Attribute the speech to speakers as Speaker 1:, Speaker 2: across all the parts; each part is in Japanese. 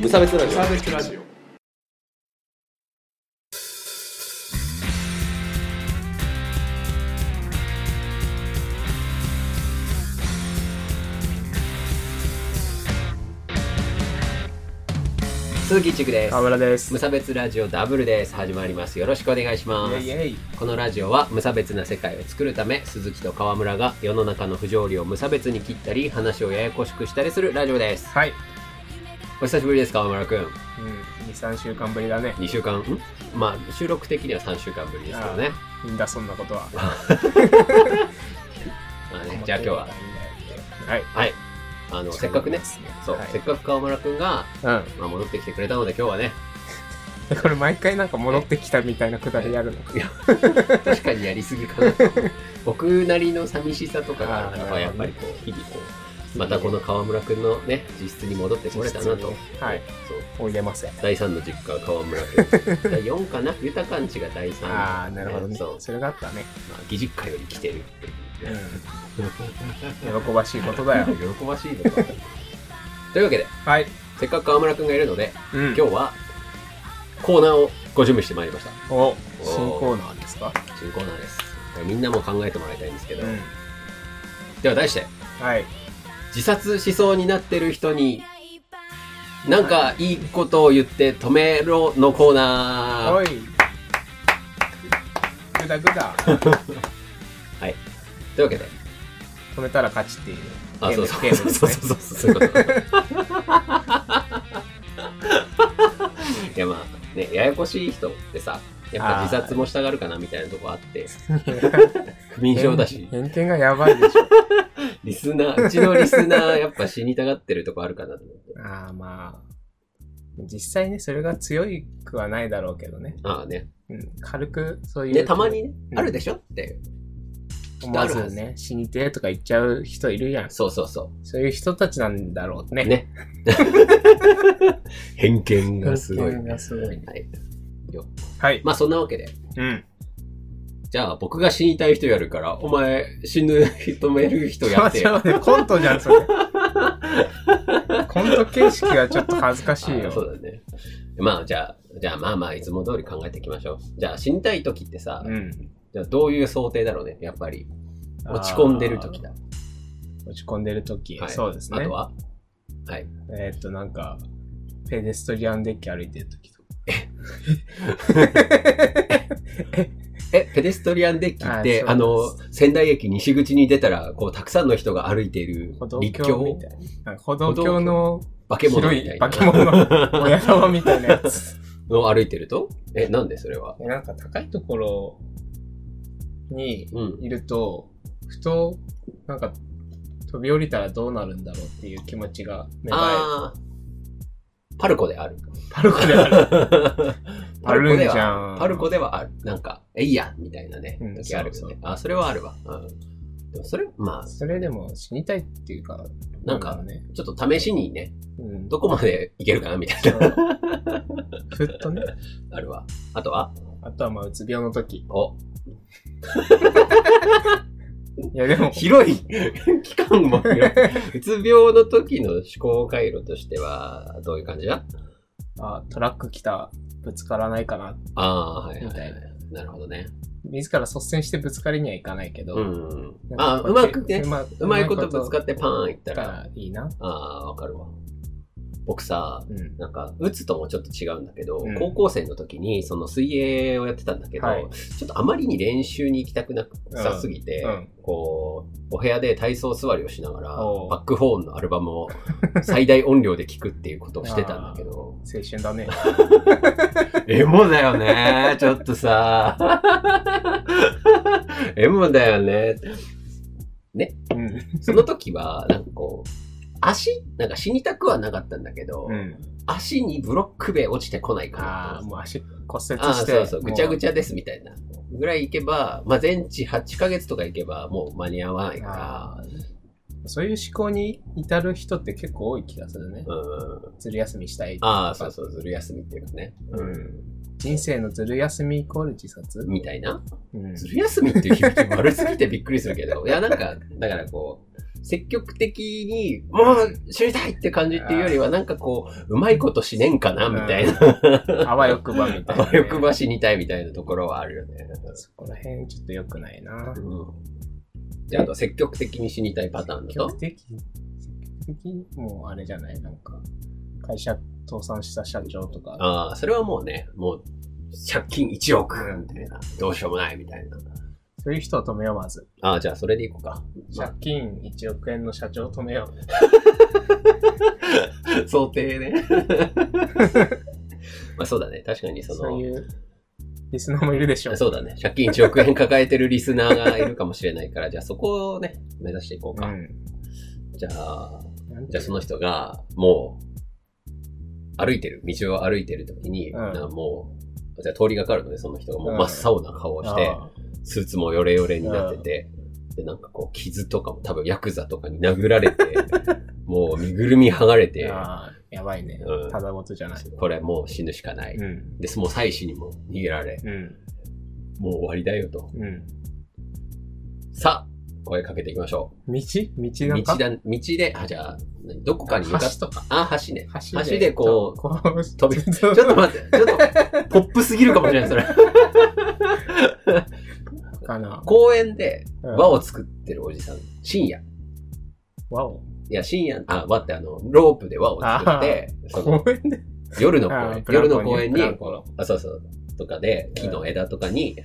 Speaker 1: 無差別ラジオ
Speaker 2: サービスラジオ
Speaker 1: 鈴木一クです
Speaker 3: 河村です
Speaker 1: 無。差別ラジオダブルです始まりますよろしくお願いします
Speaker 3: イエイイエイ
Speaker 1: このラジオは無差別な世界を作るため鈴木と河村が世の中の不条理を無差別に切ったり話をややこしくしたりするラジオです
Speaker 3: はい。
Speaker 1: お久しぶりです河村くん
Speaker 3: うん。二三週間ぶりだね。
Speaker 1: 2週間んまあ収録的には3週間ぶりですけどね
Speaker 3: いいんだそんな ことは。
Speaker 1: まあねじゃあ今日は
Speaker 3: はい。
Speaker 1: はいあのせっかくねそう、
Speaker 3: はい
Speaker 1: せっかく河村くんが、
Speaker 3: う
Speaker 1: まあ、戻ってきてくれたので今日はね
Speaker 3: ん。これ毎回なんか戻ってきたみたいなくだりやるの。
Speaker 1: 確かにやりすぎか なと思う僕なりの寂しさとかが
Speaker 3: あー
Speaker 1: なんかやっぱりこう日々こうまたこの河村くんのね実質に戻ってこれたなと、
Speaker 3: 実質にはい
Speaker 1: そう
Speaker 3: おいでません。
Speaker 1: 第3の実家は河村くん 第4かな豊かんちが第3
Speaker 3: ああ、なるほどね。
Speaker 1: そう、
Speaker 3: それがあったね。
Speaker 1: まあ、義実家より来てるっていうね
Speaker 3: うん。喜ばしいこと だよ。
Speaker 1: 喜ばしいのかというわけで
Speaker 3: はい。
Speaker 1: せっかく河村くんがいるので
Speaker 3: うん。
Speaker 1: 今日はコーナーをご準備してまいりました
Speaker 3: お新コーナーですか。
Speaker 1: 新コーナーですこれみんなも考えてもらいたいんですけど、
Speaker 3: うん。
Speaker 1: では題して
Speaker 3: はい。
Speaker 1: 自殺しそうになってる人に、なんかいいことを言って止めろのコーナー。
Speaker 3: おい。ぐだぐだ。
Speaker 1: はい。というわけで。
Speaker 3: 止めたら勝ちっていう。
Speaker 1: あ、
Speaker 3: ゲ
Speaker 1: そう
Speaker 3: ーム
Speaker 1: そう
Speaker 3: ゲームです
Speaker 1: そう
Speaker 3: ね。
Speaker 1: そ うそうそういうこと。 いやまあね、ややこしい人ってさ、やっぱ自殺もしたがるかなみたいなとこあって、不眠症だし、
Speaker 3: 偏見がやばいでしょ。
Speaker 1: リスナー、うちのリスナーやっぱ死にたがってるとこあるかなと思って。
Speaker 3: ああ、まあ。実際ね、それが強いくはないだろうけどね。
Speaker 1: ああね。
Speaker 3: うん、軽く、そういう。
Speaker 1: ね、たまにね、
Speaker 3: うん
Speaker 1: あるでしょって。
Speaker 3: 思わずね、死にてえとか言っちゃう人いるやん。
Speaker 1: そうそうそ
Speaker 3: そういう人たちなんだろうね。
Speaker 1: う。ね。偏見がすごい
Speaker 3: 偏。見がすごいね
Speaker 1: はい。
Speaker 3: はい。
Speaker 1: まあそんなわけで。
Speaker 3: うん。
Speaker 1: じゃあ僕が死にたい人やるから、お前死ぬ人める人や って
Speaker 3: ちょ
Speaker 1: よ。
Speaker 3: っと待ってコントじゃん、それ。コント形式はちょっと恥ずかしい
Speaker 1: あそう
Speaker 3: よ。
Speaker 1: だね。まあじゃあ、じゃあまあまあいつも通り考えていきましょう。じゃあ死にたい時ってさ、
Speaker 3: うん。
Speaker 1: じゃあどういう想定だろうね、やっぱり。落ち込んでる時だ。
Speaker 3: 落ち込んでる時、
Speaker 1: はい
Speaker 3: そうですね。
Speaker 1: あとははい。
Speaker 3: えーっと、なんか、ペデストリアンデッキ歩いてる時とか。
Speaker 1: え、ペデストリアンデッキっ
Speaker 3: あ
Speaker 1: て、
Speaker 3: そう
Speaker 1: あの、仙台駅西口に出たら、こう、たくさんの人が歩いている
Speaker 3: 歩道
Speaker 1: 立
Speaker 3: 橋み
Speaker 1: 教、
Speaker 3: たいな。なんか歩道橋の
Speaker 1: 化け物
Speaker 3: 広
Speaker 1: み
Speaker 3: い
Speaker 1: たい
Speaker 3: 化
Speaker 1: な
Speaker 3: け物の親玉みたいなや つ。
Speaker 1: のを歩いてるとえ、なんでそれは
Speaker 3: なんか高いところに
Speaker 1: うん。
Speaker 3: いると、ふと、なんか飛び降りたらどうなるんだろうっていう気持ちが芽生え
Speaker 1: ああ。パルコである。
Speaker 3: パルコで ある。
Speaker 1: パルコで
Speaker 3: あるんじ
Speaker 1: は
Speaker 3: ゃん
Speaker 1: パルコではある。なんか、えいやみたいなね
Speaker 3: う、ん
Speaker 1: 時あるよ
Speaker 3: そう
Speaker 1: ね
Speaker 3: そ。
Speaker 1: あ、それはあるわ。うん。でもそれ、まあ、
Speaker 3: それでも死にたいっていうか、
Speaker 1: なんか
Speaker 3: だろうね、
Speaker 1: ちょっと試しにね、
Speaker 3: うん、
Speaker 1: どこまでいけるかなみたい
Speaker 3: そう ふっとね。
Speaker 1: な、あるわ。あとは
Speaker 3: あとはまあ、うつ病の時。
Speaker 1: お、
Speaker 3: いやでも、
Speaker 1: 広い 期間も広 い。うつ病の時の思考回路としては、どういう感じだ
Speaker 3: あトラック来た、ぶつからないかな。
Speaker 1: ああ、はいは
Speaker 3: み
Speaker 1: いは
Speaker 3: た
Speaker 1: い
Speaker 3: いな。
Speaker 1: なるほどね。
Speaker 3: 自ら率先してぶつかりにはいかないけど、
Speaker 1: うん。
Speaker 3: な
Speaker 1: あ
Speaker 3: ん
Speaker 1: あ、
Speaker 3: か
Speaker 1: うまくね、
Speaker 3: ま
Speaker 1: うまいことぶつか
Speaker 3: っ
Speaker 1: ってパーンいったたら、
Speaker 3: らいいな。
Speaker 1: ああ、わかるわ。僕さ、
Speaker 3: うん。
Speaker 1: なんか、打つともちょっと違うんだけど、
Speaker 3: うん
Speaker 1: 高校生の時に、その水泳をやってたんだけど、
Speaker 3: はい
Speaker 1: ちょっとあまりに練習に行きたくなさすぎて、
Speaker 3: うん
Speaker 1: こう、お部屋で体操座りをしながら、バ
Speaker 3: おう
Speaker 1: ックホーンのアルバムを最大音量で聴くっていうことをしてたんだけど、
Speaker 3: 青春 だね。
Speaker 1: エモだよね、ちょっとさ。 エモだよね。
Speaker 3: うん。
Speaker 1: その時は、なんかこう、足、なんか死にたくはなかったんだけど、
Speaker 3: うん。
Speaker 1: 足にブロック塀落ちてこないかなと思っ
Speaker 3: あ
Speaker 1: て
Speaker 3: あ、もう足骨折して。
Speaker 1: ああそうそう、ぐちゃぐ
Speaker 3: ゃ。
Speaker 1: ちゃですみたいな。ぐらいいけば、まあ、全治8ヶ月とかいけば、もう間に合わないか
Speaker 3: あーそういう思考に至る人って結構多い気がするね。
Speaker 1: ら。うん。
Speaker 3: ずる休みしたい。
Speaker 1: ああ、そうそう、ずる休みっていうかね。
Speaker 3: うん。人生のずる休みイコール自殺
Speaker 1: みたいな。
Speaker 3: うん。
Speaker 1: ずる休みっていう響き悪すぎてびっくりするけど、いや、なんか、だからこう、積極的に、もう知りたいって感じっていうよりは、なんかこう、うまいことしねんかな、みた いな。
Speaker 3: あわよくばみたい
Speaker 1: あ
Speaker 3: な、
Speaker 1: わよくばしにたいみたいなところはあるよね。
Speaker 3: そこら辺ちょっと良くないな。
Speaker 1: うん。で、あと積極的に死にたいパターンだ
Speaker 3: 積極
Speaker 1: と。
Speaker 3: 的積極的もうあれじゃないなんか、会社倒産した社長とか。
Speaker 1: ああ、それはもうね、もう、借金1億
Speaker 3: うん
Speaker 1: みたいな。どうしようもないみたいな。
Speaker 3: そういう人を止めよう、まず。
Speaker 1: ああ、じゃあそれでいこうか。ま
Speaker 3: 借金1億円の社長を止めよう。
Speaker 1: あ、想定ね。 まあそうだね。確かにその、
Speaker 3: そういうリスナーもいるでしょ。
Speaker 1: そうだね。借金1億円抱えてるリスナーがいるかもしれないから、じゃあそこをね、目指していこう
Speaker 3: う
Speaker 1: か。
Speaker 3: ん。
Speaker 1: じゃあ、
Speaker 3: なん
Speaker 1: じ
Speaker 3: ていう
Speaker 1: ゃあその人が、もう、歩いてる、道を歩いてる時に、
Speaker 3: うん
Speaker 1: なもう、じゃあ通りがかるので、その人がもう真っ青な顔をして、
Speaker 3: あ
Speaker 1: スーツもヨレヨレになってて、で、なんかこう、傷とかも多分ヤクザとかに殴られて、 もう身ぐるみ剥がれて
Speaker 3: ー、あー、やばいね
Speaker 1: うん。
Speaker 3: ただごとじゃない。
Speaker 1: これもう死ぬしかない。
Speaker 3: うん。
Speaker 1: で、もう妻子にも逃げられ、
Speaker 3: うん。
Speaker 1: もう終わりだよと。
Speaker 3: うん。
Speaker 1: さあ、声かけていきましょう。
Speaker 3: 道道な
Speaker 1: 道
Speaker 3: んか
Speaker 1: だ、道で、あ、じゃあ、何どこかに向かっ
Speaker 3: 橋とか。
Speaker 1: あ、橋ね。
Speaker 3: 橋
Speaker 1: 橋でこう
Speaker 3: こう、
Speaker 1: 飛び、ちょっ
Speaker 3: っ
Speaker 1: と待って、ちょっと、 ポップすぎるかもしれない、それ。
Speaker 3: と、かな。
Speaker 1: 公園で
Speaker 3: うん
Speaker 1: 輪を作ってるおじさん、深夜。い
Speaker 3: 輪を。
Speaker 1: や、深夜、あ、輪ってあの、ロープで輪を作って、その
Speaker 3: 公園で。
Speaker 1: 夜の公
Speaker 3: あー
Speaker 1: 園、
Speaker 3: ブラン
Speaker 1: 夜
Speaker 3: コ
Speaker 1: の公園
Speaker 3: ブ
Speaker 1: に
Speaker 3: ラン、コの
Speaker 1: あ、そうそう、とかで、木の枝とかに、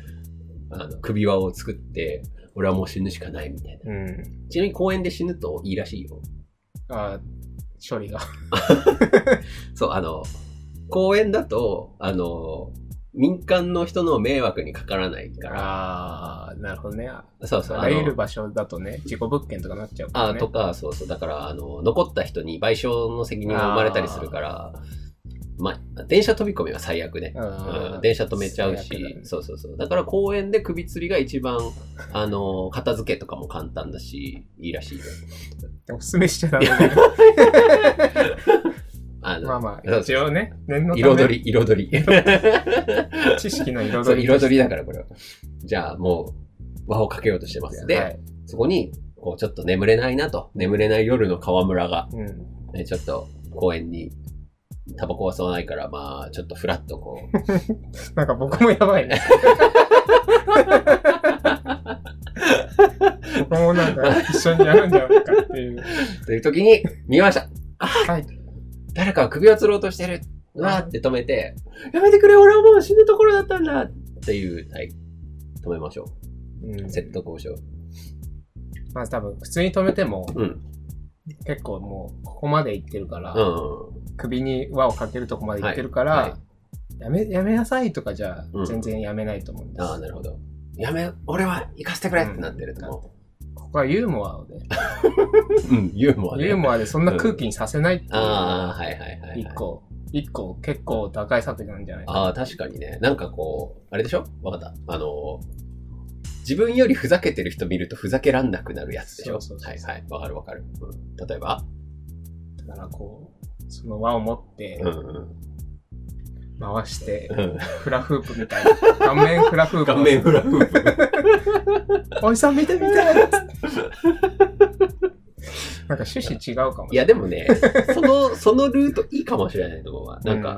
Speaker 1: あの、首輪を作って、俺はもう死ぬしかないみたいな。
Speaker 3: うん。
Speaker 1: ちなみに公園で死ぬといいらしいよ。
Speaker 3: あー処理が。
Speaker 1: そう、あの、公園だと、あの、民間の人の迷惑にかからないから、
Speaker 3: ああ、なるほどね。あ
Speaker 1: そうそう、
Speaker 3: あらゆる場所だとね、事故物件とかなっちゃうから
Speaker 1: あ
Speaker 3: ね。
Speaker 1: とか、そうそう。だから、あの、残った人に賠償の責任が生まれたりするから、まあ、電車飛び込みは最悪ね。
Speaker 3: うん
Speaker 1: うん電車止めちゃうし、
Speaker 3: 最悪だね
Speaker 1: そうそうそう。だから公園で首吊りが一 番、あの、片付けとかも簡単だし、いいらしいよ。
Speaker 3: おすすめしちゃダメだよ。
Speaker 1: あの、
Speaker 3: まあま
Speaker 1: そ
Speaker 3: あ、
Speaker 1: う
Speaker 3: 一応ね、念のため
Speaker 1: 彩り、彩 り。
Speaker 3: 知識の
Speaker 1: そう、
Speaker 3: 彩り。
Speaker 1: 彩りだから、これは。じゃあ、もう、輪をかけようとしてます。で、
Speaker 3: はい
Speaker 1: そこに、こう、ちょっと眠れないなと、眠れない夜の河村が、
Speaker 3: うん。
Speaker 1: ね、ちょっと公園にタバコは吸わないから、まあ、ちょっとフラッとこう。
Speaker 3: なんか僕もやば いね。僕もなんか一緒にやるんじゃないかっていう。
Speaker 1: という時に、見ました
Speaker 3: はい。
Speaker 1: 誰かが首を吊ろうとしてるわーって止めて、やめてくれ俺はもう死ぬところだったんだっていう、はい。止めましょ
Speaker 3: う
Speaker 1: う。
Speaker 3: ん
Speaker 1: 説得をしよう。
Speaker 3: まあ多分、普通に止めても、
Speaker 1: うん。
Speaker 3: 結構もう、ここまで行ってるから、
Speaker 1: うん。
Speaker 3: 首に輪をかけるとこまで行ってるから、
Speaker 1: はいは
Speaker 3: やめ、やめなさいとかじゃ
Speaker 1: うん、
Speaker 3: 全然やめないと思うんです。
Speaker 1: ああ、なるほど。やめ、俺は行かせてくれってなってると思
Speaker 3: ここはユーモアをね、
Speaker 1: う。うん、ユーモアね。
Speaker 3: ユーモアでそんな空気にさせないっていうの
Speaker 1: ああ、
Speaker 3: が、
Speaker 1: はいはいはい、はい。
Speaker 3: 一個、一個結構高い策なんじゃないかな。
Speaker 1: ああ、確かにね。なんかこう、あれでしょわかった。あの、自分よりふざけてる人見るとふざけらんなくなるやつでしょ
Speaker 3: そうそうそうそう
Speaker 1: はいはい。わかるわかる。うん例えば、
Speaker 3: だからこう、その輪を持って
Speaker 1: うん、うん
Speaker 3: 回して、
Speaker 1: うん。
Speaker 3: フラフープみたいな。 顔面フラフープ。
Speaker 1: 顔面フラフープ。
Speaker 3: おじさん見て みたいなんか趣旨違うかも
Speaker 1: いや、でもね、その、そのルートいいかもしれないと思うわ。なんか、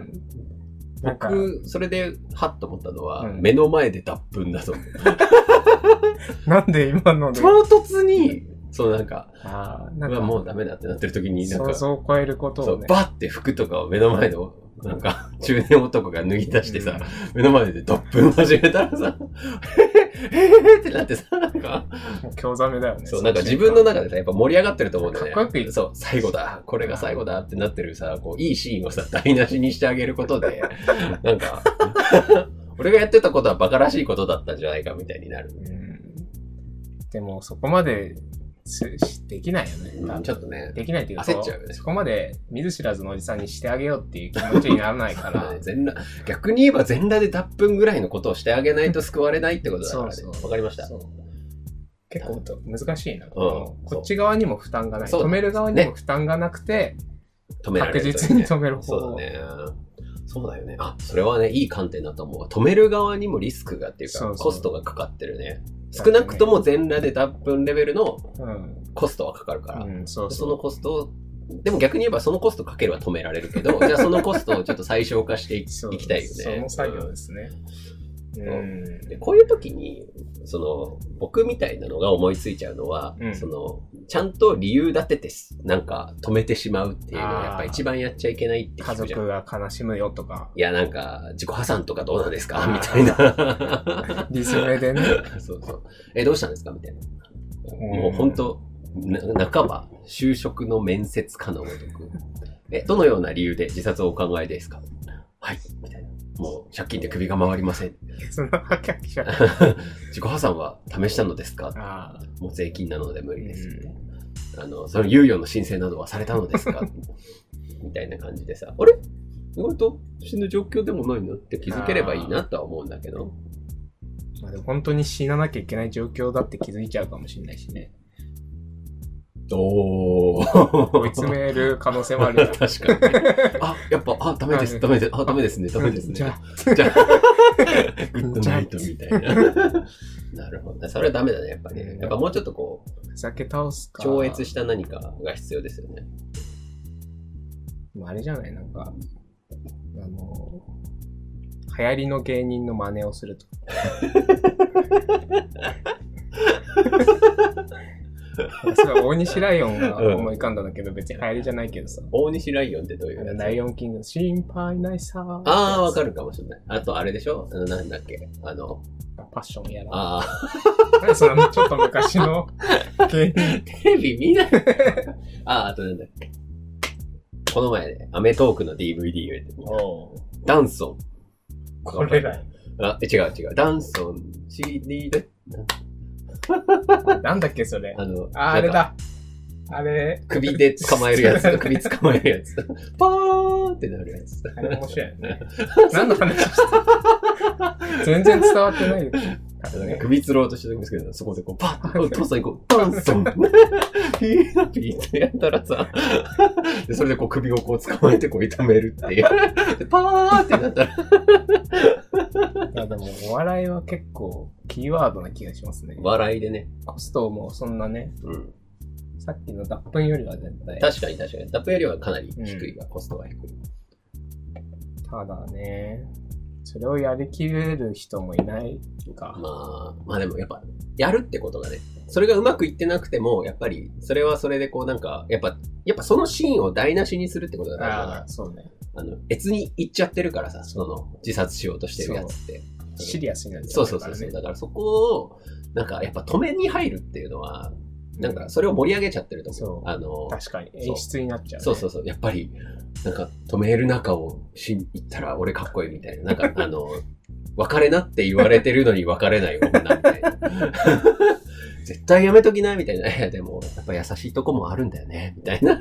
Speaker 3: うなんか、
Speaker 1: 僕、それで、はっと思ったのは、
Speaker 3: うん
Speaker 1: 目の前で脱粉だと思う。
Speaker 3: なんで今ので、
Speaker 1: 唐突に、そうなんか、
Speaker 3: あーな
Speaker 1: うんわ
Speaker 3: か
Speaker 1: もうダメだってなってる時に、なん
Speaker 3: 想
Speaker 1: か、
Speaker 3: 像を超えること
Speaker 1: そ
Speaker 3: を
Speaker 1: う、
Speaker 3: ね。
Speaker 1: バッて服とかを目の前の、なんか、中年男が脱ぎ出してさ、目の前でドップン始めたらさ、 えへへへへってなってさ、なんか、
Speaker 3: もう興ざめだよね。
Speaker 1: そう、なんか自分の中でさ、やっぱ盛り上がってると思うんだよね。
Speaker 3: かっこよく言う
Speaker 1: そう、最後だ、これが最後だってなってるさ、こう、いいシーンをさ、台無しにしてあげること で、なんか、俺がやってたことは馬鹿らしいことだったんじゃないかみたいになる。
Speaker 3: うんでも、そこまですしできないよね。
Speaker 1: うんちょっとね、
Speaker 3: できないっていうか、
Speaker 1: 焦っちゃうよね
Speaker 3: そこまで見ず知らずのおじさんにしてあげようっていう気持ちにならないか ら、
Speaker 1: 全裸逆に言えば全裸で脱粉ぐらいのことをしてあげないと救われないってことだからね。
Speaker 3: そうそう
Speaker 1: わかりました。
Speaker 3: そう結構と難しいな、
Speaker 1: そう
Speaker 3: こっち側にも負担がない。
Speaker 1: そう
Speaker 3: 止める側にも負担がなくて、
Speaker 1: 止められ
Speaker 3: 確
Speaker 1: るというね
Speaker 3: 実に止める方
Speaker 1: そう
Speaker 3: 法。
Speaker 1: だね。そうだよね。あ、それはね、いい観点だと思う。止める側にもリスクがっていうか、
Speaker 3: そうそう
Speaker 1: コストがかかってるね。少なくとも全裸で脱粉レベルの
Speaker 3: うん。
Speaker 1: コストはかかるから、
Speaker 3: うん、そう
Speaker 1: そ
Speaker 3: そ
Speaker 1: の
Speaker 3: う。
Speaker 1: コストをでも逆に言えばそのコストかければ止められるけど じゃあそのコストをちょっと最小化してい
Speaker 3: そう
Speaker 1: いきたいよね
Speaker 3: その作業ですね。うん。
Speaker 1: でこういう時にその僕みたいなのが思いついちゃうのは、
Speaker 3: うん
Speaker 1: そのちゃんと理由立ててすなんか止めてしまうっていうのがやっぱ一番やっちゃいけないって
Speaker 3: 家
Speaker 1: 聞くじゃん
Speaker 3: 族が悲しむよとか、
Speaker 1: いやなんか自己破産とかどうなんですか
Speaker 3: あー
Speaker 1: みたいな
Speaker 3: リズムでね。
Speaker 1: そうそうえどうしたんですかみたいなもう本当な半ば就職の面接かのごとくえどのような理由で自殺をお考えですかはいみたいなもう借金で首が回りません
Speaker 3: うん。そのはきゃきゃ。
Speaker 1: 自己破産は試したのですか
Speaker 3: ああ。
Speaker 1: もう税金なので無理です、ねあの、その猶予の申請などはされたのです かみたいな感じでさ、あれ意外と死ぬ状況でもないのって気づければいいなとは思うんだけど、
Speaker 3: まあでも本当に死ななきゃいけない状況だって気づいちゃうかもしれないしね。
Speaker 1: お
Speaker 3: 追い
Speaker 1: ー。
Speaker 3: 詰める可能性もあるじ
Speaker 1: 確かに。 あ、やっぱ、あ、ダメです、ダメです、あ、ダメですね、
Speaker 3: ゃ
Speaker 1: ダ
Speaker 3: ん。
Speaker 1: メですね。
Speaker 3: じゃあ、
Speaker 1: じゃ あ、グッドナイトみたいな。なるほど。それはダメだね、やっぱり、ね。やっぱもうちょっとこう、
Speaker 3: ふざけ倒すか。
Speaker 1: 超越した何かが必要ですよね。
Speaker 3: もうあれじゃないなんか、あの、流行りの芸人の真似をすると か。それは大西ライオンが思い浮かんだんだけど、別に流行りじゃないけどさ。
Speaker 1: 大西ライオンってどういうやつ
Speaker 3: ライオンキングの心配ないさー
Speaker 1: ああ、わかるかもしれない。あと、あれでしょあのなんだっけあの、
Speaker 3: パッションやら。
Speaker 1: ああ、
Speaker 3: 何 そのちょっと昔の芸 人。
Speaker 1: テレビ見 ないあ、あとなんだっけ。この前ね、アメトークの DVD をやってみたダンソン。
Speaker 3: これだよ。
Speaker 1: あ。え違う違う。ダンソン CD で、
Speaker 3: なんだっけそれ。
Speaker 1: あの、
Speaker 3: あ、あ
Speaker 1: な
Speaker 3: れ
Speaker 1: んか。
Speaker 3: だ。あれ、
Speaker 1: 首で捕まえるや つ、首捕まえるやつ。パーンってなるやつ。
Speaker 3: あれ面白いよね。何の話してる全然伝わってないよ。あれ
Speaker 1: なんか
Speaker 3: ね
Speaker 1: 首吊ろうとしてるんですけど、そこでこう、パッと、お父さん行こう、ダンソンピーナピーってやったらさ、でそれでこう首をこう捕まえてこう痛めるっていう。で、パーンってなったら、
Speaker 3: いやでも、お笑いは結構キーワードな気がしますね。
Speaker 1: 笑いでね。
Speaker 3: コストもそんなね、
Speaker 1: うん。
Speaker 3: さっきの脱粉よりは絶対。
Speaker 1: 確かに確かに。ダップよりはかなり低いわ、コストが低い。
Speaker 3: ただね、それをやりきれる人もいないか。
Speaker 1: まあ、まあでもやっぱ、やるってことがね、それがうまくいってなくても、やっぱり、それはそれでこうなんか、やっぱ、やっぱそのシーンを台無しにするってことが大事だから
Speaker 3: ああ、そうね。
Speaker 1: あの、別に行っちゃってるからさ、その、自殺しようとしてるやつって。
Speaker 3: シリアスになっちゃ
Speaker 1: そううそうそうそう。だからそこを、なんかやっぱ止めに入るっていうのは、なんかそれを盛り上げちゃってると思。
Speaker 3: そうう
Speaker 1: あの、
Speaker 3: 確かに演出になっちゃう、ね。
Speaker 1: そうそうそう。やっぱり、なんか、止める中をしに行ったら俺かっこいいみたいな。なん か、あの、別れなって言われてるのに別れない女みたい な。絶対やめときなみたいな。いやでも、やっぱ優しいとこもあるんだよね。みたいな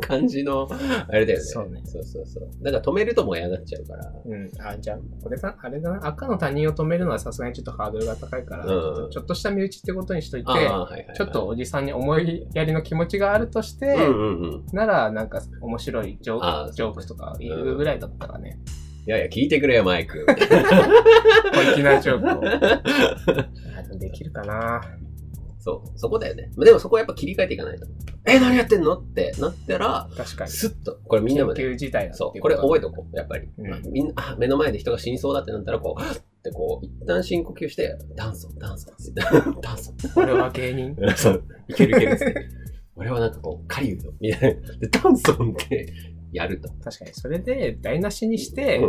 Speaker 1: 感じの、あれだよね。
Speaker 3: そうね
Speaker 1: そうそうそう。だから止めると燃え上がっちゃうから。
Speaker 3: うん、あじゃあ、これだ、あれだな、赤の他人を止めるのはさすがにちょっとハードルが高いから、
Speaker 1: うん
Speaker 3: ちょっとちょっとした身内ってことにしといて、
Speaker 1: ああ、はいはいはい
Speaker 3: ちょっと、おじさんに思いやりの気持ちがあるとして、
Speaker 1: うんうんうん。
Speaker 3: なら、なんか面白いジョ
Speaker 1: あ
Speaker 3: ー
Speaker 1: あ
Speaker 3: クジョークとか言うぐらいだったらね、
Speaker 1: いやいや、聞いてくれよ、マイク。
Speaker 3: 小粋なジョー クを。あでもできるかな。
Speaker 1: そう、そこだよね。でもそこはやっぱ切り替えていかないと。え、何やってんのってなったら、
Speaker 3: 確かに。
Speaker 1: スッと、これみんなも
Speaker 3: 緊
Speaker 1: ね、
Speaker 3: 急事態だって
Speaker 1: そ、
Speaker 3: いうう
Speaker 1: これ覚えて
Speaker 3: と
Speaker 1: おこう、やっぱり。
Speaker 3: うん
Speaker 1: あみんな、あ目の前で人が死にそうだってなったら、こう、はっってこう、一旦深呼吸して、ダンソン、ダンソン、 ダンソン。
Speaker 3: これは芸人。
Speaker 1: そう、いけるいけるっつって。 俺はなんかこう、狩人みたいな。で、ダンソンって やると。
Speaker 3: 確かに。それで台無しにし
Speaker 1: う
Speaker 3: て、
Speaker 1: ん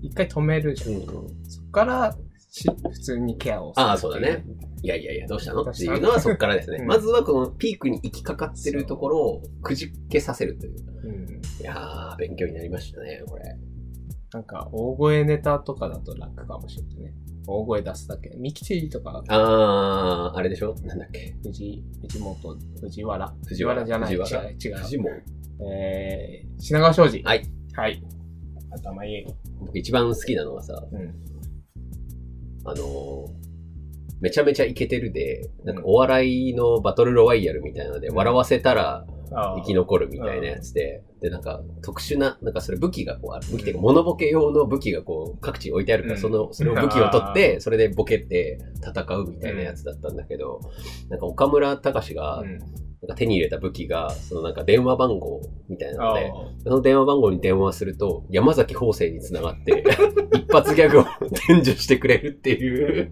Speaker 3: 一回止めるじゃ
Speaker 1: う
Speaker 3: ん。
Speaker 1: ん
Speaker 3: そっからし、普通にケアをする
Speaker 1: ああ、そうだね。。いやいやいや、どうしたのっていうのはそこからですね。
Speaker 3: うん
Speaker 1: まずはこのピークに行きかかってるところをくじけさせるという。
Speaker 3: うん。
Speaker 1: いやー、勉強になりましたね、これ。
Speaker 3: なんか、大声ネタとかだと楽かもしれないね。大声出すだけ。ミキティとか、
Speaker 1: あー、あれでしょなんだっけ
Speaker 3: 藤藤本、藤原。
Speaker 1: 藤原
Speaker 3: じゃない。違う、
Speaker 1: 藤原
Speaker 3: 違う。
Speaker 1: ジモン。
Speaker 3: えー、品川庄司。
Speaker 1: はい。
Speaker 3: はい。頭いい。
Speaker 1: 僕一番好きなのはさ、
Speaker 3: うん。
Speaker 1: あのーめちゃめちゃイケてるで、なんかお笑いのバトルロワイヤルみたいなので、
Speaker 3: うん
Speaker 1: 笑わせたら、
Speaker 3: あー
Speaker 1: 生き残るみたいなやつで、で、なんか特殊な、なんかそれ武器がこうある、武器っていうか、モノボケ用の武器がこう各地に置いてあるか
Speaker 3: う
Speaker 1: ら、
Speaker 3: ん
Speaker 1: その、それを武器を取って、それでボケて戦うみたいなやつだったんだけど、なんか岡村隆史が
Speaker 3: う、ん
Speaker 1: なんか手に入れた武器が、そのなんか電話番号みたいな
Speaker 3: あ
Speaker 1: の
Speaker 3: あ
Speaker 1: で、その電話番号に電話すると、山崎邦生につながって、一発ギャグを伝授してくれるっていう、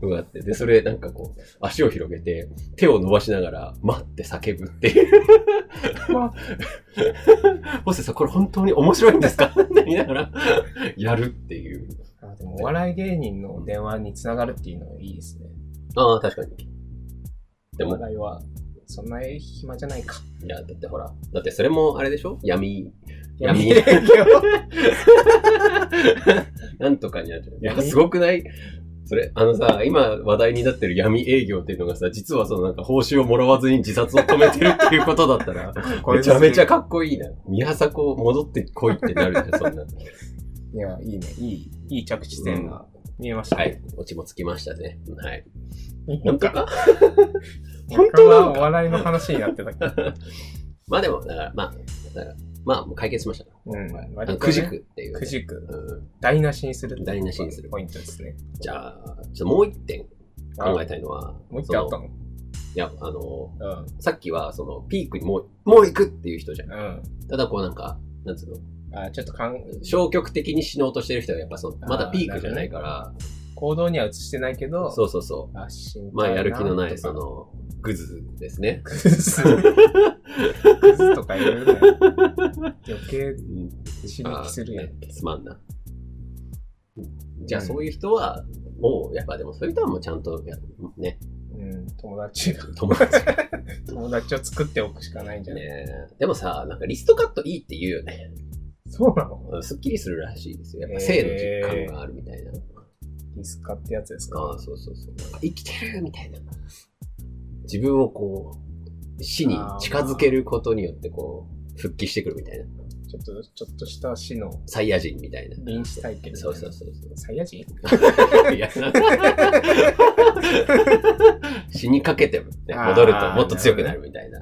Speaker 1: のがあって、で、それなんかこう、足を広げて、手を伸ばしながら、待って叫ぶっていう。
Speaker 3: ま
Speaker 1: 邦生さん、これ本当に面白いんですかって言いながら、やるっていう。
Speaker 3: あでもお笑い芸人の電話に繋がるっていうのはいいですね。
Speaker 1: ああ、確かに。で
Speaker 3: お
Speaker 1: も、
Speaker 3: 笑いは、そんな暇じゃないか。
Speaker 1: いや、だってほら、だってそれもあれでしょ闇、
Speaker 3: 闇
Speaker 1: 闇
Speaker 3: 営業。
Speaker 1: なんとかになっちゃう。いや、
Speaker 3: 闇
Speaker 1: すごくないそれ、あのさ、今話題になってる闇営業っていうのがさ、実はそのなんか報酬をもらわずに自殺を止めてるっていうことだった ら、めちゃめちゃかっこいいな。宮迫戻ってこいってなるじゃん、そん な。
Speaker 3: いや、いいね。いい、いい着地点が見えました。
Speaker 1: は。い。オチもつきましたね。はい。
Speaker 3: な
Speaker 1: 本
Speaker 3: ん
Speaker 1: 当
Speaker 3: か、
Speaker 1: か本当なの
Speaker 3: お
Speaker 1: か
Speaker 3: 笑いの話になってたけど。
Speaker 1: まあでも、だから、まあ、だからま あ、もう解決しました。
Speaker 3: うん。割
Speaker 1: あ
Speaker 3: と
Speaker 1: の
Speaker 3: ね
Speaker 1: くじく。っていうね、
Speaker 3: くじく。
Speaker 1: うん。
Speaker 3: 台無しにする。
Speaker 1: 台無しにする
Speaker 3: ポイントですね。
Speaker 1: じゃあ、ちょっともう一点考えたいのは、
Speaker 3: もう一回あっ
Speaker 1: そ
Speaker 3: た
Speaker 1: の
Speaker 3: の
Speaker 1: いや、あの、
Speaker 3: うん。
Speaker 1: さっきは、その、ピークにもう、もう行くっていう人じゃん。
Speaker 3: うん。
Speaker 1: ただこうなんか、なんつうの、
Speaker 3: あちょっとかん
Speaker 1: 消極的に死のうとしてる人はやっぱその、まだピークじゃないから、
Speaker 3: 行動には移してないけど、
Speaker 1: そうそうそう。
Speaker 3: あ、死ん
Speaker 1: まあやる気のない、
Speaker 3: とか
Speaker 1: そ。の、グズですね。
Speaker 3: クズ。クズとかいるね。余計刺激するやん
Speaker 1: あ。ーねすまんな。じゃあそういう人は、もう、やっぱでもそういう人はもうちゃんとや、ね、
Speaker 3: うん。友達が、
Speaker 1: 友達ね。
Speaker 3: 友達を作っておくしかないんじゃない
Speaker 1: でもさ、なんかリストカットいいって言うよね。
Speaker 3: そうなの
Speaker 1: すっきりするらしいですよ。やっぱ性の実感があるみたいな。
Speaker 3: リスカってやつですか
Speaker 1: ああ、そうそうそう。なんか生きてるみたいな。自分をこう、死に近づけることによってこう、復帰してくるみたいな。
Speaker 3: ちょっと、ちょっとした死の
Speaker 1: サイヤ人みたいな。
Speaker 3: 臨死体験。
Speaker 1: そうそうそうそ
Speaker 3: サイヤ人
Speaker 1: う。いやなんか 死にかけても、ね、戻るともっと強くなるみたいな。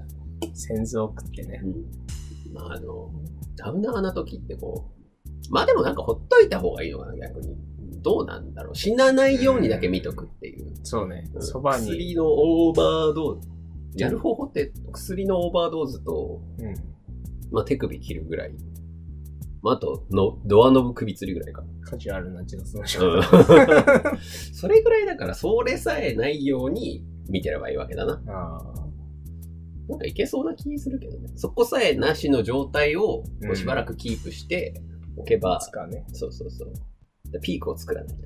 Speaker 3: 先祖を食ってね。
Speaker 1: うんまあ、あの、ダウナーな時ってこう、まあでもなんかほっといた方がいいのかな、逆に。どうなんだろう。死なないようにだけ見とくっていう。
Speaker 3: そうね。そばに。
Speaker 1: 薬のオーバードーズ。やる方法って薬のオーバードーズと、
Speaker 3: うん。
Speaker 1: まあ、手首切るぐらい。まあ、あとの、ドアノブ首吊りぐらいか。
Speaker 3: カジュアルな自殺の仕
Speaker 1: う
Speaker 3: 方
Speaker 1: ん。 それぐらいだから、それさえないように見てればいいわけだな。
Speaker 3: ああ。
Speaker 1: なんかいけそうな気するけどね。そこさえなしの状態をこ
Speaker 3: うん
Speaker 1: うしばらくキープしておけば、
Speaker 3: つかね。
Speaker 1: そうそうそう。でピークを作らない。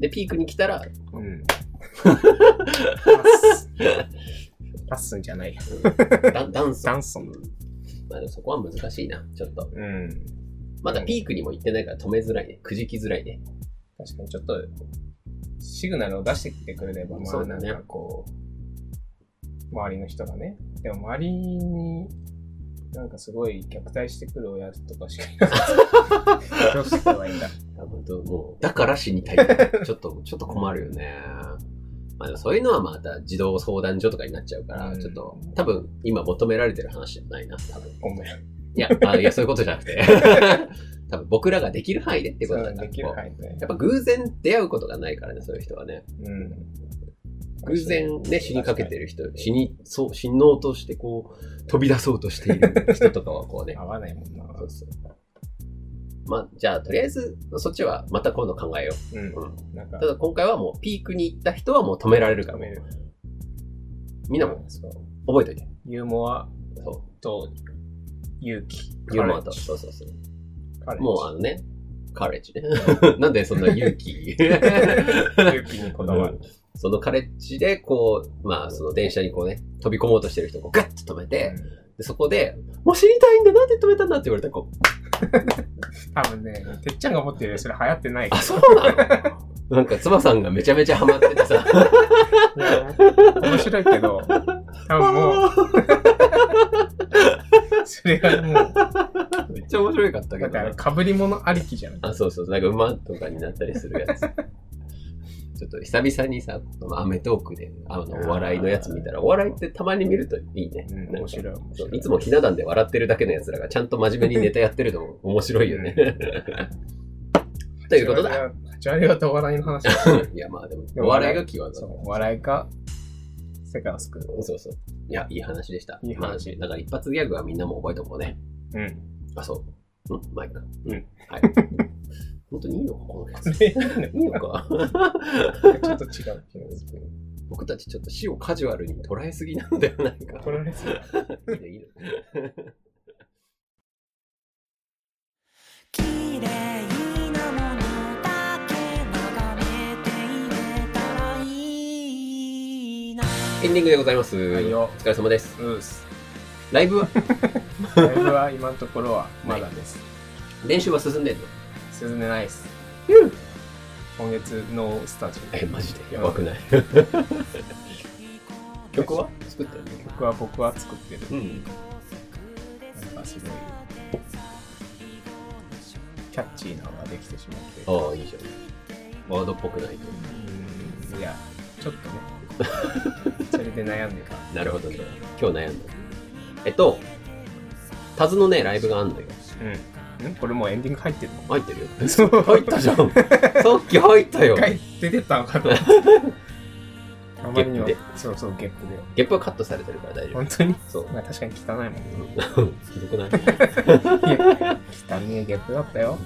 Speaker 1: で、ピークに来たら、
Speaker 3: うん。パス。パスじゃないや。
Speaker 1: ダンダンス。
Speaker 3: ダンソン。
Speaker 1: まあでもそこは難しいな、ちょっと。
Speaker 3: うん。
Speaker 1: まだピークにも行ってないから止めづらいね。くじきづらいね。
Speaker 3: 確かにちょっと、シグナルを出してきてくれれば、ま
Speaker 1: そ
Speaker 3: あ
Speaker 1: う
Speaker 3: な
Speaker 1: だ
Speaker 3: ん
Speaker 1: ね
Speaker 3: かこう、周りの人がね。でも周りに、なんかすごい虐待してくる親とかしかいなかった。どうしたらいいんだ。
Speaker 1: 本当もう、だから死にた い。ちょっと、ちょっと困るよね。まあでもそういうのはまた児童相談所とかになっちゃうから、
Speaker 3: うん
Speaker 1: ちょっと、多分今求められてる話じゃないな、多分。
Speaker 3: ごめん。
Speaker 1: い や、あいや、そういうことじゃなくて。 多分僕らができる範囲でってことだから。
Speaker 3: できる
Speaker 1: こ
Speaker 3: 範囲で
Speaker 1: う。やっぱ偶然出会うことがないからね、そういう人はね。
Speaker 3: うん。
Speaker 1: 偶然ね、死にかけてる人、死に、そう、死のうとしてこう、飛び出そうとしている人とかはこうね、
Speaker 3: 合わないもんな。
Speaker 1: そうそう。まあ、じゃあ、とりあえず、そっちはまた今度考えよ
Speaker 3: う。
Speaker 1: う。うんん。
Speaker 3: なんか
Speaker 1: た、だ、今回はもう、ピークに行った人はもう止められるから、
Speaker 3: 止める
Speaker 1: みんなも
Speaker 3: そう
Speaker 1: 覚えといて。
Speaker 3: ユーモア
Speaker 1: そ
Speaker 3: と勇気。
Speaker 1: う。ユーモアと。そうそうそう。
Speaker 3: 彼
Speaker 1: もう、あのね、カレッジね。なんでそんな勇気
Speaker 3: 勇気にこだわる。
Speaker 1: そのカレッジで、こう、まあ、その電車にこうね、飛び込もうとしてる人をこうガッと止めて、でそこで、もう知りたいんだ、なんで止めたんだって言われたら、こう、
Speaker 3: うん多分ね、てっちゃんが持ってるよりそれ流行ってないか
Speaker 1: あ、そうな のなんか、妻さんがめちゃめちゃハマっててさ、
Speaker 3: ら。面白いけど、多分もう、それはもう、
Speaker 1: めっちゃ面白かったけど
Speaker 3: だってあれ
Speaker 1: ね。
Speaker 3: 被り物ありきじゃん。
Speaker 1: あ、そうそう、なんか馬とかになったりするやつ。ちょっと久々にさ、このアメトークで、あの、お笑いのやつ見たら、お笑いってたまに見るといいね。
Speaker 3: うん、
Speaker 1: なん
Speaker 3: 面
Speaker 1: か
Speaker 3: 白い。面
Speaker 1: そ
Speaker 3: 白
Speaker 1: ういつもひな壇で笑ってるだけの奴らがちゃんと真面目にネタやってるのも 面白いよね。 ということだ。
Speaker 3: だ。8割方お笑い の話だ。
Speaker 1: いや、まあでも、
Speaker 3: でも
Speaker 1: お笑いがキーワード
Speaker 3: そ
Speaker 1: だか
Speaker 3: う、お笑いか、世界を 救う。
Speaker 1: ら。そうそう。いや、いい話でした。
Speaker 3: いい話
Speaker 1: まあだから一発ギャグはみんなも覚えとこうね。
Speaker 3: うん。
Speaker 1: あ、そう。うん、マイク。
Speaker 3: うん。
Speaker 1: はい。 本当にいいのか、このやつ。
Speaker 3: そ
Speaker 1: い
Speaker 3: れ、
Speaker 1: いのか。
Speaker 3: ちょっと違う気がする。
Speaker 1: 僕たちちょっと死をカジュアルに捉えすぎなのではないか。
Speaker 3: プロレス
Speaker 1: いいの、いいの。
Speaker 2: 綺麗なものだけ眺めていれたらいいな
Speaker 1: エンディングでございます。
Speaker 3: はいよ
Speaker 1: お疲れ様です。
Speaker 3: うーす。
Speaker 1: ライブは、
Speaker 3: ライブは今のところはまだです。
Speaker 1: 練習は進んでんの
Speaker 3: 進んでないです。今月のスタジオ。
Speaker 1: え、マジでやばくない曲は作ったよね
Speaker 3: 僕は僕は作ってる。
Speaker 1: うん。
Speaker 3: なんかすごい、キャッチーなのができてしまって。
Speaker 1: ああ、いいじゃん。ワードっぽくないと。
Speaker 3: うんいや、ちょっとね。 それで悩んでた。
Speaker 1: なるほどね。今日悩んだ。えっと、タズのね、ライブがあんのよ。
Speaker 3: うん。んこれもうエンディング入ってる
Speaker 1: 入ってるよ。
Speaker 3: のそう。
Speaker 1: 入ったじゃん。さっき入ったよ
Speaker 3: 一。回出てったのかと思って。あまりにも
Speaker 1: ゲップ、
Speaker 3: そうそう、ゲップで。
Speaker 1: ゲップはカットされてるから大丈
Speaker 3: 本当に
Speaker 1: 夫。そう。
Speaker 3: まあ確かに汚いもんね。
Speaker 1: ひどくない
Speaker 3: 汚いゲップだったよ。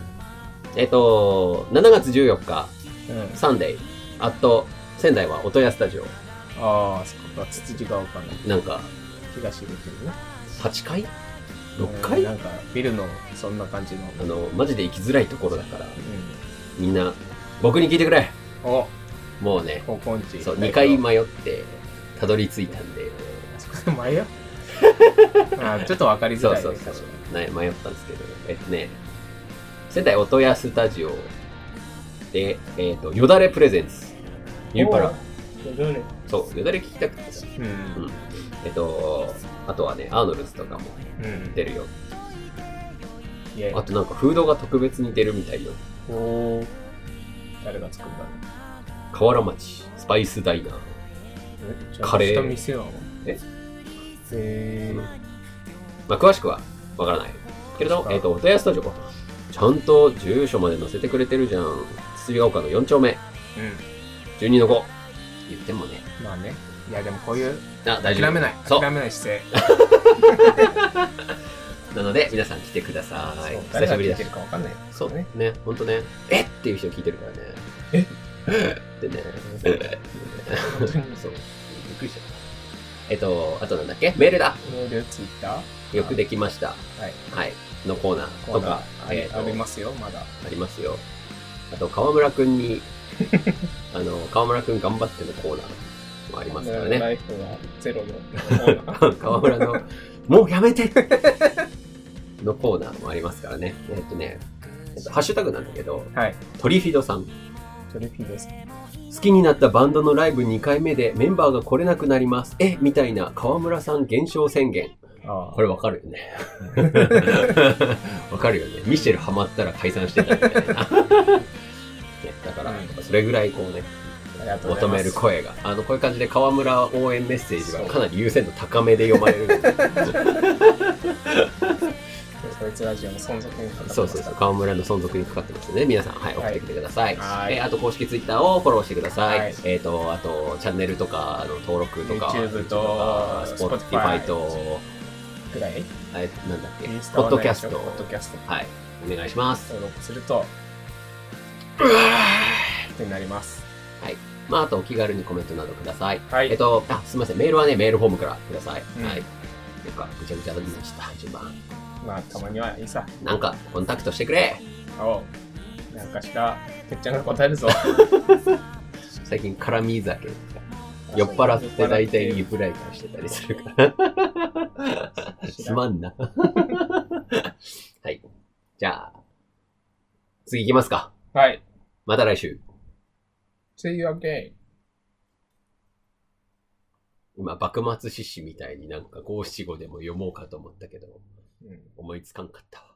Speaker 1: えっと、7月14日、
Speaker 3: うん。
Speaker 1: サンデー、あと、仙台は音屋スタジオ。
Speaker 3: ああ、そこか、つつじが丘の
Speaker 1: なんか、
Speaker 3: 東口にね。
Speaker 1: 8階 ?6
Speaker 3: うん
Speaker 1: 階
Speaker 3: なんか、ビルの、そんな感じの。
Speaker 1: あの、マジで行きづらいところだから、
Speaker 3: う
Speaker 1: みんな、僕に聞いてくれ
Speaker 3: ん。お
Speaker 1: もうね、
Speaker 3: 高校んち。
Speaker 1: そう、2回迷って、たどり着いたんで、
Speaker 3: あそこで 前よ。あーちょっとわかりづ
Speaker 1: そう
Speaker 3: らいね。
Speaker 1: そうそうね、迷ったんですけど、えっとね、仙台音屋スタジオで、えっと、よだれプレゼンツ。言うから、
Speaker 3: 確か
Speaker 1: そう、よだれ聞きたくてさ、
Speaker 3: に。うん。
Speaker 1: うんえっと、あとはね、アーノルズとかも
Speaker 3: うん。
Speaker 1: 出るよ。
Speaker 3: いやいや
Speaker 1: あとなんか、フードが特別に出るみたいよ。
Speaker 3: おー誰が作ったの
Speaker 1: 河原町、スパイスダイナー。
Speaker 3: えじゃあ
Speaker 1: カレー
Speaker 3: 明日店なの
Speaker 1: え
Speaker 3: えー
Speaker 1: まあ、詳しくはわからない。けれど、えっ、と、お問い合わせスタジオ。ちゃんと住所まで載せてくれてるじゃん。筒ヶ丘の4丁目、12の5。言ってもね。
Speaker 3: うん。まあね。いやでもこういう、
Speaker 1: あ、大
Speaker 3: 諦
Speaker 1: 丈夫。
Speaker 3: めない。
Speaker 1: そう
Speaker 3: 諦めない姿勢。
Speaker 1: なので、皆さん来てください
Speaker 3: そう。
Speaker 1: 久
Speaker 3: 誰
Speaker 1: し
Speaker 3: が
Speaker 1: ぶり
Speaker 3: 聞い
Speaker 1: だ
Speaker 3: て
Speaker 1: し
Speaker 3: る。かわかんない。
Speaker 1: そう ね。ね、ほんとね。えっていう人聞いてるからね。えでね。
Speaker 3: 本当に
Speaker 1: そう。びっくりした。えっ、と、あとなんだっけメールだ
Speaker 3: メール、ツイッター
Speaker 1: よくできました。
Speaker 3: はい。
Speaker 1: はい。のコーナー
Speaker 3: コ
Speaker 1: と
Speaker 3: ーナ
Speaker 1: か、
Speaker 3: ーあり
Speaker 1: えっと
Speaker 3: ありますよ、まだ。
Speaker 1: ありますよ。あと、河村くんに、 あの、河村くん頑張ってのコーナーもありますから
Speaker 3: ラ
Speaker 1: ね。
Speaker 3: イフはゼロのコーナー。
Speaker 1: 河村の、もうやめてのコーナーもありますからね。えっとね、えっとハッシュタグなんだけど、
Speaker 3: はい。
Speaker 1: トリフィドさん。
Speaker 3: トリフィです。
Speaker 1: 好きになったバンドのライブ2回目でメンバーが来れなくなります。えみたいな河村さん減少宣言。
Speaker 3: あ
Speaker 1: これわかるよ ね。わかるよね。ミシェルハマったら解散してたみたいな。ねだから、それぐらいこうね、
Speaker 3: ありがとうござ
Speaker 1: 求
Speaker 3: いま
Speaker 1: め
Speaker 3: す。
Speaker 1: る声が。あの、こういう感じで河村応援メッセージはかなり優先度高めで読まれる。
Speaker 3: こいつラジオの存続にかかってますから
Speaker 1: そうそうそう。河村の存続にかかってますので、皆さん、はい、送
Speaker 3: はい
Speaker 1: ってきてください。
Speaker 3: はい
Speaker 1: えーあと、公式ツイッターをフォローしてください。
Speaker 3: はい
Speaker 1: えっ、と、あと、チャンネルとか、あの登録とか、
Speaker 3: YouTube と
Speaker 1: Spotify と、
Speaker 3: ぐらい
Speaker 1: あれ、なんだっけ、
Speaker 3: インスタ
Speaker 1: ポッ
Speaker 3: はな
Speaker 1: ド
Speaker 3: い
Speaker 1: キャ
Speaker 3: で
Speaker 1: ス
Speaker 3: しょ
Speaker 1: ト。
Speaker 3: ポッドキャスト。
Speaker 1: はい。お願いします。
Speaker 3: 登録すると、ってなります。
Speaker 1: まあ、あとお気軽にコメントなどください。
Speaker 3: はい
Speaker 1: えっと、あ、すみません。メールはね、メールフォームからください。
Speaker 3: うん
Speaker 1: はい。なんか、ぐちゃぐちゃになっちゃった、順番。
Speaker 3: まあ、たまにはいいさ。
Speaker 1: なんか、コンタクトしてくれ
Speaker 3: おうなんかしら、てっちゃんが答えるぞ。
Speaker 1: 最近、辛み酒。 酔っ払って大体リプライ返してたりするから。すまんな。 はい。じゃあ、次行きますか。
Speaker 3: はい。
Speaker 1: また来週。
Speaker 3: See you again.
Speaker 1: 今、幕末志士みたいになんか五七五でも読もうかと思ったけど、
Speaker 3: うん
Speaker 1: 思いつかんかったわ。